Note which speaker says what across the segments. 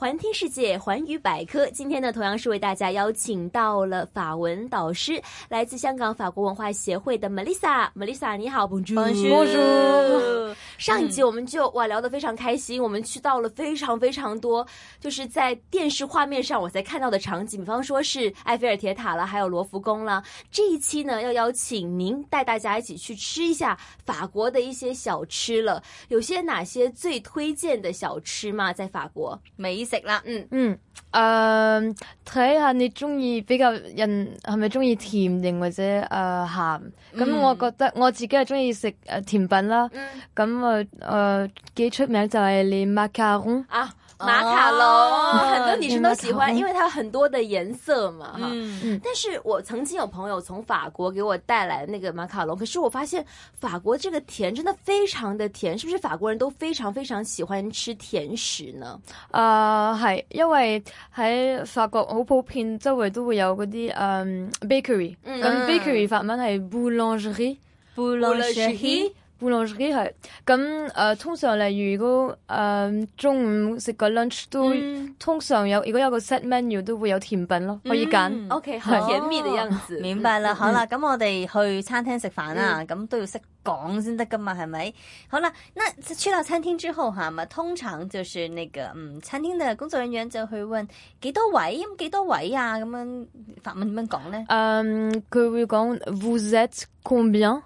Speaker 1: 环听世界，环宇百科。今天呢，同样是为大家邀请到了法文导师，来自香港法国文化协会的 Melissa。Melissa，你好，Bonjour。
Speaker 2: 嗯 Bonjour
Speaker 1: 上一集我们就、哇聊得非常开心，我们去到了非常非常多，就是在电视画面上我才看到的场景，比方说是埃菲尔铁塔啦，还有罗浮宫啦。这一期呢，要邀请您带大家一起去吃一下法国的一些小吃了。有些哪些最推荐的小吃吗？在法国？
Speaker 2: 美食啦，嗯，
Speaker 3: 嗯，诶、睇下你中意比較人係咪中意甜定或者誒、呃、鹹？咁、
Speaker 2: 嗯
Speaker 3: 我覺得我自己係中意食誒甜品啦。咁啊誒幾出名就係你 macaron。
Speaker 1: 啊，马卡龙，
Speaker 2: 哦
Speaker 1: 很多女生都喜
Speaker 3: 马卡
Speaker 1: 欢，
Speaker 3: 龙
Speaker 1: 因为它有很多的颜色嘛，哈。
Speaker 2: 嗯，
Speaker 1: 但是我曾经有朋友从法国给我带来那个马卡龙，可是我发现法国这个甜真的非常的甜，是不是法国人都非常非常喜欢吃甜食呢？
Speaker 3: 誒呃係，因為喺法國好普遍，周圍都會有嗰啲誒 bakery。
Speaker 1: 嗯
Speaker 3: 咁 bakery 法文係 boulangerie。
Speaker 2: 布
Speaker 1: 布勒雪希
Speaker 3: boulangerie 係咁誒，通常例如如果誒、中午食個 lunch 都、通常有如果有個 set menu 都會有甜品咯，可以揀。
Speaker 2: 嗯
Speaker 1: OK，好 甜蜜的样子，
Speaker 2: 明白啦，好啦，咁我哋去餐廳食飯啦，咁都要識講先得噶嘛，係咪？好啦，那去到餐廳之後哈嘛，通常就是那個嗯，餐廳嘅工作人員就去問幾多位，咁幾多位啊，咁樣法文點樣講咧
Speaker 3: 嗯，佢會講 vous êtes combien？combien？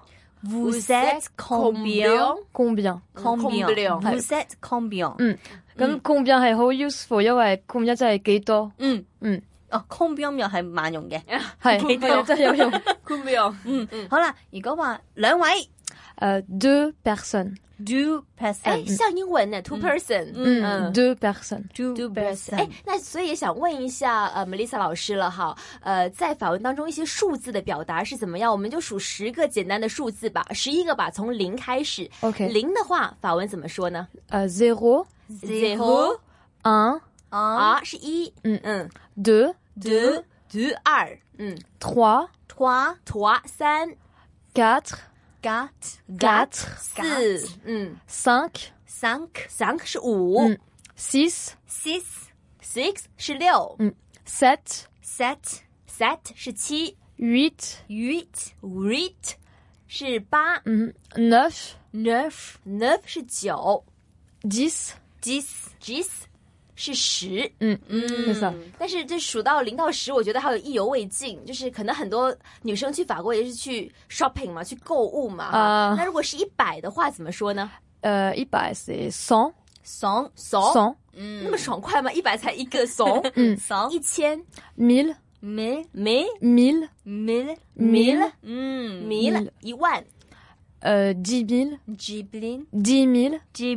Speaker 2: ？Vous êtes combien？
Speaker 1: Combien？combien
Speaker 2: combien？Vous êtes combien？
Speaker 3: 嗯咁 combien 係好 useful，因為 combien 真係幾多，
Speaker 2: 嗯
Speaker 3: 嗯，
Speaker 2: 哦，combien 又係萬用嘅。
Speaker 3: 係
Speaker 1: 幾多
Speaker 3: combien 真係有用。
Speaker 1: 哎 combien，
Speaker 2: 嗯，好啦，如果話兩位
Speaker 3: 誒，deux person，
Speaker 2: ，do
Speaker 1: 哎，
Speaker 2: person，
Speaker 1: 像英文呢，two person，
Speaker 3: 嗯，deux person。
Speaker 2: do person，
Speaker 1: 哎，那所以也想问一下呃，Melissa 老师了哈，呃，在法文当中一些数字的表达是怎么样？我们就数十个简单的数字吧，十一个吧，从零开始。
Speaker 3: OK，
Speaker 1: 零的话，法文怎么说呢
Speaker 3: 誒 zero
Speaker 1: ？zero
Speaker 3: un
Speaker 2: 啊
Speaker 1: 啊，是一，
Speaker 3: 嗯
Speaker 1: 嗯
Speaker 3: deux
Speaker 2: ，do
Speaker 1: ，deux 二，嗯
Speaker 3: trois
Speaker 2: trois
Speaker 1: ，trois 三
Speaker 3: quatre
Speaker 2: quatre
Speaker 3: quatre
Speaker 1: 四，嗯
Speaker 3: cinq
Speaker 2: cinq
Speaker 1: ，cinq 是五
Speaker 3: 嗯 six
Speaker 2: six
Speaker 1: ，six 是六
Speaker 3: 嗯 sept
Speaker 2: sept
Speaker 1: ，sept 是七
Speaker 3: huit
Speaker 2: huit
Speaker 1: ，huit 是八
Speaker 3: 嗯 neuf
Speaker 2: neuf
Speaker 1: ，neuf 是九
Speaker 3: dix
Speaker 2: dix
Speaker 1: ，dix 是十。
Speaker 3: 嗯嗯，c'est ça。
Speaker 1: 但是这数到零到十，我觉得还有意犹未尽。就是可能很多女生去法国也是去 shopping 嘛，去购物嘛。
Speaker 3: 啊
Speaker 1: 那如果是一百的话，怎么说呢？
Speaker 3: 呃，一百是爽
Speaker 2: cent
Speaker 1: 怂，
Speaker 3: 爽
Speaker 1: 那
Speaker 2: 嗯
Speaker 1: 么爽快吗？一百才一个怂，
Speaker 2: cent
Speaker 1: 一千
Speaker 3: mille
Speaker 2: mille
Speaker 1: 没
Speaker 3: mille
Speaker 2: mille
Speaker 1: 没
Speaker 3: mille
Speaker 1: 了
Speaker 2: 嗯
Speaker 1: 没了，一万
Speaker 3: 呃，dix euh, mille
Speaker 2: giblin
Speaker 3: dix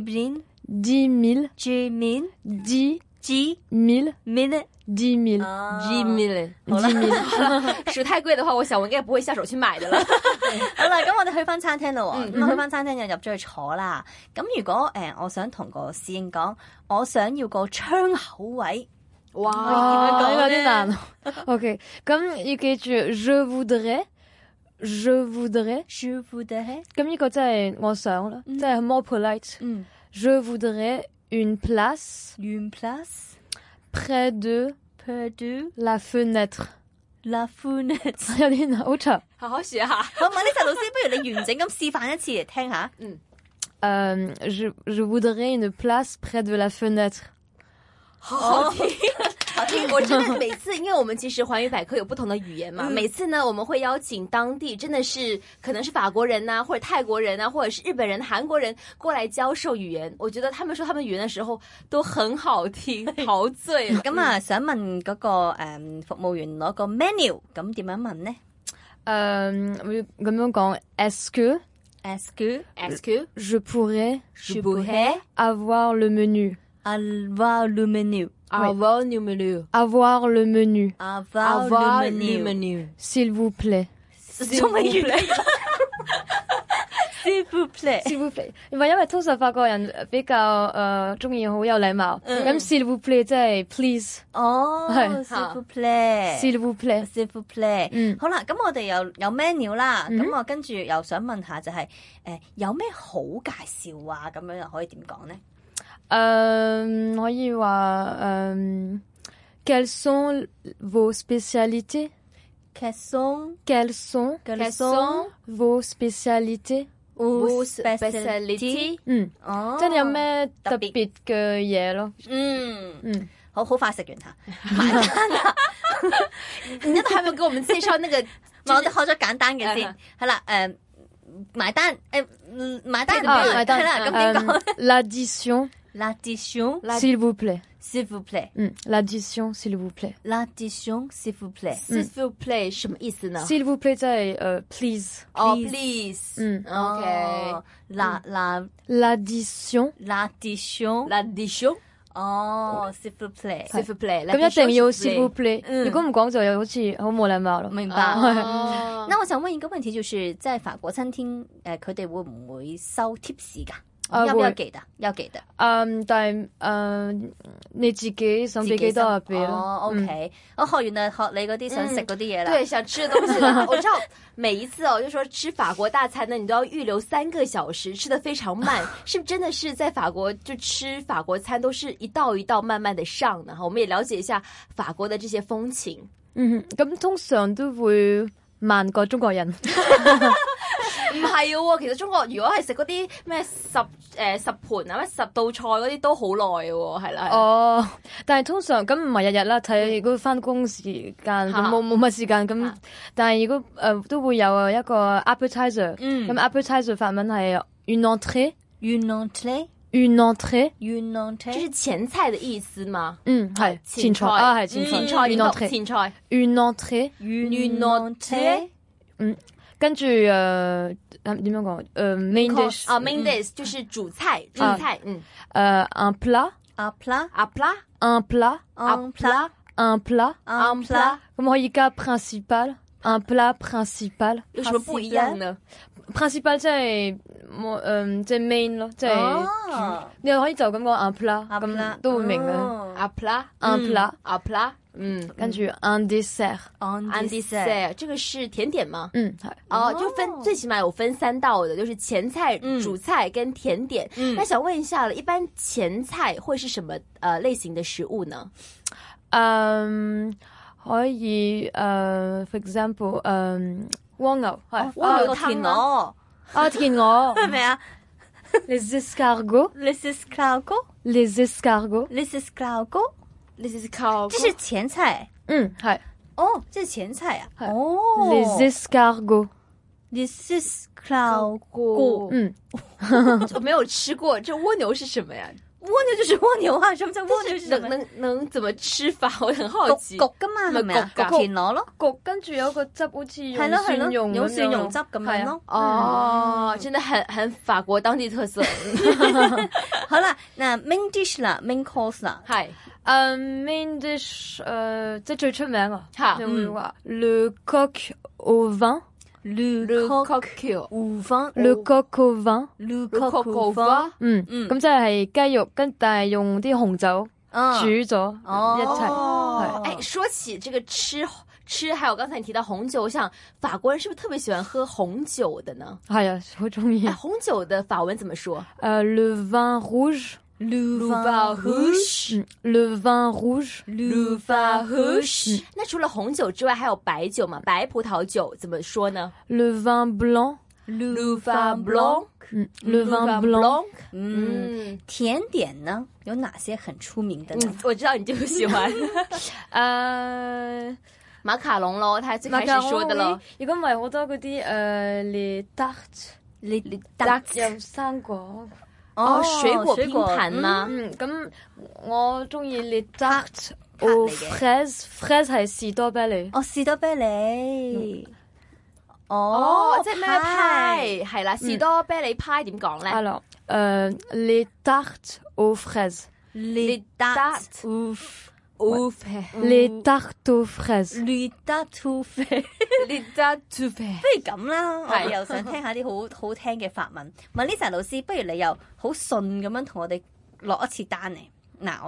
Speaker 3: mille
Speaker 2: giblin jimin
Speaker 3: dix mille dix
Speaker 2: g
Speaker 3: mille
Speaker 2: minute
Speaker 3: dix mille
Speaker 2: 嗯
Speaker 1: ，G million。
Speaker 2: 哦好啦，
Speaker 1: 数太贵的话，我想我应该不会下手去买的了。
Speaker 2: 好啦，咁我哋去翻餐廳咯喎，
Speaker 1: 嗯
Speaker 2: 咁啊去翻餐廳又入咗去坐啦。咁如果誒我想同個侍應講，我想要個窗口位，
Speaker 1: 哇
Speaker 2: 哇
Speaker 3: 啊，
Speaker 2: 點樣講
Speaker 3: 有
Speaker 2: 咧
Speaker 3: 啲難。OK，咁 要記住，je voudrais，je voudrais，
Speaker 2: 舒服的嘿，
Speaker 3: 咁呢個真係我想啦，即係 more polite。
Speaker 2: 嗯
Speaker 3: Je voudrais une place
Speaker 2: ，une place
Speaker 3: près de
Speaker 2: perdu
Speaker 3: la fenêtre。
Speaker 2: la fenêtre。
Speaker 3: 有啲難，好長。
Speaker 1: 好好学哈、
Speaker 2: 好，馬呢陳老師，不如你完整咁示範一次嚟聽下。
Speaker 3: 呃，je Euh, je voudrais une place près de la fenêtre。
Speaker 1: 好好听， 好听。我真的每次，因为我们其实环宇百科有不同的语言嘛，
Speaker 2: 嗯
Speaker 1: 每次呢我们会邀请当地真的是可能是法国人呐、或者泰国人呐、或者是日本人、韩国人过来教授语言。我觉得他们说他们语言的时候都很 好听，陶醉了。
Speaker 2: 咁啊，想問嗰個誒服務員攞個 menu，咁點樣問呢
Speaker 3: 呃，我要咁樣講，est-ce que
Speaker 2: e s q u
Speaker 1: ，Ask you，
Speaker 3: je pourrais
Speaker 2: 是不係
Speaker 3: avoir le menu
Speaker 2: avoir le menu？avoir
Speaker 1: avoir numéro
Speaker 3: avoir le menu
Speaker 1: 啊
Speaker 2: le menu？
Speaker 1: menu，
Speaker 3: s'il vous plaît
Speaker 2: 中文越嚟越 s p l
Speaker 3: s'il vous plaît 唔係因為通常法國人比較誒中意好有禮貌咁 s'il vous plaît 即係 please
Speaker 2: 哦
Speaker 3: 係
Speaker 2: s p l
Speaker 3: s'il vous plaît
Speaker 2: s p l
Speaker 3: 嗯
Speaker 2: 好啦，咁我哋又有 menu 啦，
Speaker 3: 嗯哼
Speaker 2: 咁我跟住又想問下就係誒有咩好介紹啊？咁樣又可以點講呢？
Speaker 3: 誒可以話誒，quelles euh, sont vos spécialités？
Speaker 2: c a s o n
Speaker 3: Quelles sont
Speaker 2: c a s o n
Speaker 3: vos spécialités？Hmm.
Speaker 2: ou
Speaker 1: Vos speciality
Speaker 3: 嗯，
Speaker 2: 哦，
Speaker 3: 即係有？咩特
Speaker 2: 特
Speaker 3: 別
Speaker 2: 別
Speaker 3: 嘅嘢咯？
Speaker 2: 嗯，
Speaker 3: 嗯，
Speaker 2: 好好快食完嚇。
Speaker 1: 你还没有给我们介绍 那个
Speaker 2: 唔係我哋開咗簡單嘅
Speaker 1: 嗯
Speaker 2: 先，係啦，呃誒埋單，誒嗯埋單，
Speaker 3: 哦
Speaker 1: 啊埋
Speaker 2: 係啦，
Speaker 3: 嗯
Speaker 2: 咁點講
Speaker 3: Ah, euh, l'addition
Speaker 2: ？La dition,
Speaker 3: s'il vous plaît，
Speaker 2: s'il vous plaît.
Speaker 3: 嗯，l'addition s'il vous plaît。
Speaker 2: La dition, s'il vous plaît.
Speaker 1: s i l play 什么意思呢？
Speaker 3: S'il vous plaît，即係誒，please。Oh,
Speaker 1: 哦
Speaker 2: please 哦
Speaker 1: ，please，
Speaker 3: 嗯
Speaker 1: ，OK，
Speaker 2: La la
Speaker 3: L'addition，
Speaker 2: la dition.
Speaker 1: la d i s h o
Speaker 2: 哦，s'il vous plaît.
Speaker 1: s i l play，
Speaker 3: 咁一定要 s'il vous
Speaker 1: play，
Speaker 3: plaît。Hmm.
Speaker 2: 嗯
Speaker 3: 如果唔講就又好似好冇禮貌咯。
Speaker 2: 明 白。
Speaker 1: 哦，
Speaker 2: 那我想問一個問題，就是在法國餐廳，誒佢哋會唔會收 tips 㗎？
Speaker 3: 啊
Speaker 2: 要不要
Speaker 3: 會
Speaker 2: 給的？要給的。
Speaker 3: 嗯，但係誒你自己想俾幾多就俾
Speaker 2: 哦
Speaker 3: 咯。嗯
Speaker 2: ，OK。我學完啦，學你嗰啲想食嗰啲嘢啦。
Speaker 1: 对，想吃的东西 了。我知道每一次哦，就说吃法国大餐呢，你都要预留三个小时，吃的非常 慢，是不是真的是在法国就吃法国餐都是一道一道慢慢的上呢？哈，我们也了解一下法国的这些风情。
Speaker 3: 嗯，咁通常都會慢過中國人。
Speaker 1: 唔係喎，其實中國如果係食嗰啲咩十誒、呃十盤啊，咩十道菜嗰啲都好耐嘅喎，係啦。係啦
Speaker 3: 哦，但係通常咁唔係日日啦，睇如果翻工時間咁
Speaker 1: 嚇
Speaker 3: 冇冇乜時間咁
Speaker 1: 嚇，
Speaker 3: 但係如果誒、呃都會有呃一個 appetizer，咁、
Speaker 2: 嗯
Speaker 3: appetizer 法文係 une entrée，une
Speaker 2: You know today,
Speaker 3: entrée，
Speaker 2: you know
Speaker 1: 這
Speaker 2: today.
Speaker 1: 是前菜的意思嘛？
Speaker 3: 嗯係前菜啊係前菜
Speaker 1: 嗯前菜，
Speaker 3: ，une
Speaker 1: 點讀
Speaker 3: entrée，une
Speaker 1: 前菜
Speaker 3: entrée，
Speaker 2: You
Speaker 1: know today?
Speaker 3: 跟住誒呃點樣講誒 main dish，
Speaker 1: 啊，main dish 就是主菜，主菜，嗯
Speaker 3: 誒 un plat，un
Speaker 2: a plat,
Speaker 1: ，a plat
Speaker 3: plat，un
Speaker 2: un plat,
Speaker 3: plat，
Speaker 2: un plat.
Speaker 3: 咁可以加 principal，un plat principal。
Speaker 1: 有什麼不一樣呢？
Speaker 3: principal 即係冇誒，即係 main 咯，即係
Speaker 2: 哦
Speaker 3: 你又可以就咁講 a p l a
Speaker 2: 啊
Speaker 3: 咁都會明嘅。
Speaker 2: 哦
Speaker 1: a plat
Speaker 3: a p l a
Speaker 1: a plat，嗯
Speaker 3: 嗯跟住 un dessert，
Speaker 2: On
Speaker 1: a n d i
Speaker 2: this
Speaker 1: s
Speaker 2: day.
Speaker 1: e 這個是甜點嗎？
Speaker 3: 嗯係。
Speaker 1: 哦，
Speaker 2: 哦
Speaker 1: 就分最起碼有分三道的，就是前菜、
Speaker 2: 嗯
Speaker 1: 主菜跟甜點。那想問一下了，一般前菜會是什麼呃類型的食物呢？
Speaker 3: 嗯，可以誒，for example，誒蝸牛係
Speaker 1: 蝸牛
Speaker 2: 哦
Speaker 1: 湯
Speaker 2: 田
Speaker 1: 啦
Speaker 2: 螺
Speaker 3: 啊，見我
Speaker 2: 係咪啊
Speaker 3: les escargots，les
Speaker 2: ？This is cloud
Speaker 3: escargots，
Speaker 2: this is cloud
Speaker 1: 这是烤，
Speaker 2: 这是前菜
Speaker 3: 嗯係
Speaker 2: 哦，這是前菜啊
Speaker 3: 係
Speaker 2: 哦
Speaker 3: les escargots，
Speaker 2: this is cloud
Speaker 1: 过
Speaker 3: 嗯，
Speaker 1: 我没有吃过，这蜗牛是什么呀？
Speaker 2: 蝸牛就是蝸牛啊，什麼叫蝸牛
Speaker 1: 就是是
Speaker 2: 什
Speaker 1: 能
Speaker 2: 麼？
Speaker 1: 能能怎么吃法？ 我很好奇。
Speaker 2: 焗焗噶嘛，係咪啊？
Speaker 1: 咪焗㗎
Speaker 2: 焗田螺咯，
Speaker 3: 焗跟住有個汁好似
Speaker 2: 係咯係
Speaker 3: 蒜
Speaker 2: 咯，
Speaker 3: 蓉
Speaker 2: 有蒜蓉汁咁
Speaker 3: 啊
Speaker 2: 樣咯。。
Speaker 1: 哦，真的很很法国当地特色。嗯
Speaker 2: 好啦，嗱 main dish 啦，main course 啦，
Speaker 1: 嗨，
Speaker 3: 嗯，main dish 誒即係最出名啊，
Speaker 1: 嚇
Speaker 3: 你會話 le coq au vin，le
Speaker 2: Le
Speaker 1: 嗯 coq
Speaker 2: au vin
Speaker 3: coq au vin，
Speaker 2: Le
Speaker 1: Le
Speaker 2: coq
Speaker 1: coq au
Speaker 2: au vin
Speaker 1: vin
Speaker 3: 嗯，
Speaker 2: 嗯
Speaker 3: 咁即係雞肉，跟但係用啲紅酒
Speaker 2: 啊
Speaker 3: 煮咗
Speaker 2: 哦
Speaker 3: 一齊，係
Speaker 1: 哎，说起这个吃吃，还有刚才你提到红酒，我想法国人是不是特别喜欢喝红酒的呢？
Speaker 3: 係啊，好中意
Speaker 1: 哎，。红酒的法文怎么说
Speaker 3: 誒，le vin rouge，le
Speaker 2: Le
Speaker 1: vin rouge
Speaker 3: vin rouge，
Speaker 2: Le vin rouge
Speaker 1: 那除了红酒之外，还有白酒嘛？白葡萄酒怎么说呢
Speaker 3: le vin blanc，le
Speaker 2: Le
Speaker 1: vin blanc
Speaker 3: vin blanc，
Speaker 2: 嗯，
Speaker 1: 嗯，
Speaker 2: 甜点呢有哪些很出名的呢
Speaker 1: 嗯？我知道你就喜 欢
Speaker 3: 誒。
Speaker 1: 马卡龙喽，他最开始说的
Speaker 3: 咯
Speaker 1: 喽。，
Speaker 3: 如果唔係好多嗰啲誒 les tartes
Speaker 2: 你你
Speaker 3: 有生果。
Speaker 1: 哦，水果拼盘？吗？
Speaker 3: 嗯，咁我中意 les tartes
Speaker 2: Tart
Speaker 3: aux
Speaker 2: 嚟嘅
Speaker 3: fraises，fraise 係士多啤梨。
Speaker 2: 哦，士多啤梨。
Speaker 1: 哦
Speaker 2: 哦，，
Speaker 1: 即係咩
Speaker 2: 派？
Speaker 1: 派？嗯啊係啦，士多啤梨派點講咧？
Speaker 3: Alors，誒 les tartes aux fraises，les
Speaker 2: Les
Speaker 1: tartes
Speaker 2: ouf
Speaker 1: 烏啡
Speaker 3: Mmh. tartes aux fraises。
Speaker 2: Les tartes 飛
Speaker 1: 列德土啡。
Speaker 2: 咁啦，我哋又想聽下啲好好聽嘅法文。問 Lisa 老師，不如你又好順咁樣同我哋落一次單嚟。嗱，我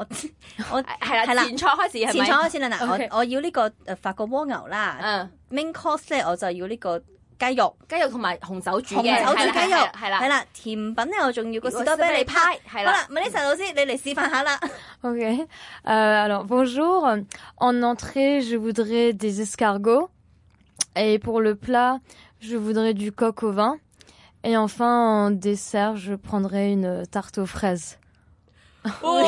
Speaker 2: 我
Speaker 1: 係
Speaker 2: 係
Speaker 1: 啦，
Speaker 2: 啦
Speaker 1: 前菜開始係咪？
Speaker 2: 前菜開始啦，嗱，
Speaker 3: OK
Speaker 2: 呃我我要呢個誒法國蝸牛啦
Speaker 1: 嗯，
Speaker 2: ，main course 咧我就要呢個雞肉、
Speaker 1: 雞肉同埋紅酒煮
Speaker 2: 紅
Speaker 1: 嘅，
Speaker 2: 酒
Speaker 1: 係
Speaker 2: 煮
Speaker 1: 啦
Speaker 2: 雞
Speaker 1: 係
Speaker 2: 肉，
Speaker 1: 啦
Speaker 2: 係
Speaker 1: 係啦，
Speaker 2: 啦，甜品咧我仲要個士
Speaker 1: 士
Speaker 2: 多
Speaker 1: 多
Speaker 2: 啤
Speaker 1: 啤
Speaker 2: 梨
Speaker 1: 梨
Speaker 2: 派，
Speaker 1: 派係
Speaker 2: 好
Speaker 1: 啦
Speaker 2: 啦，Melissa 老師你嚟示範 下啦，
Speaker 3: Ok. Euh, alors, bonjour. En entrée, je voudrais des escargots. Et pour le plat, je voudrais du coq au vin. Et enfin, en dessert, je prendrais une tarte aux fraises.
Speaker 1: 哦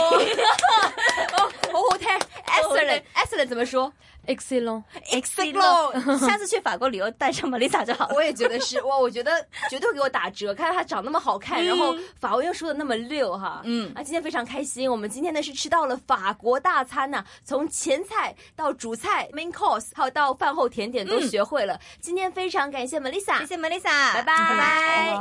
Speaker 1: 好好聽，excellent，excellent 怎麼說
Speaker 3: Excellent.
Speaker 2: 下次去法國旅遊帶上 Melissa 就好了。
Speaker 1: 我也觉得是哇，我觉得绝对会给我打折。看到她长那么好看，然后法文又说的那么溜哈，
Speaker 2: 嗯
Speaker 1: 啊，今天非常开心。我们今天呢是吃到了法国大餐呐、从前菜到主菜 main course，还有嗯到饭后甜点都学会了。今天非常感谢 Melissa，
Speaker 2: 谢谢 Melissa，
Speaker 1: 拜拜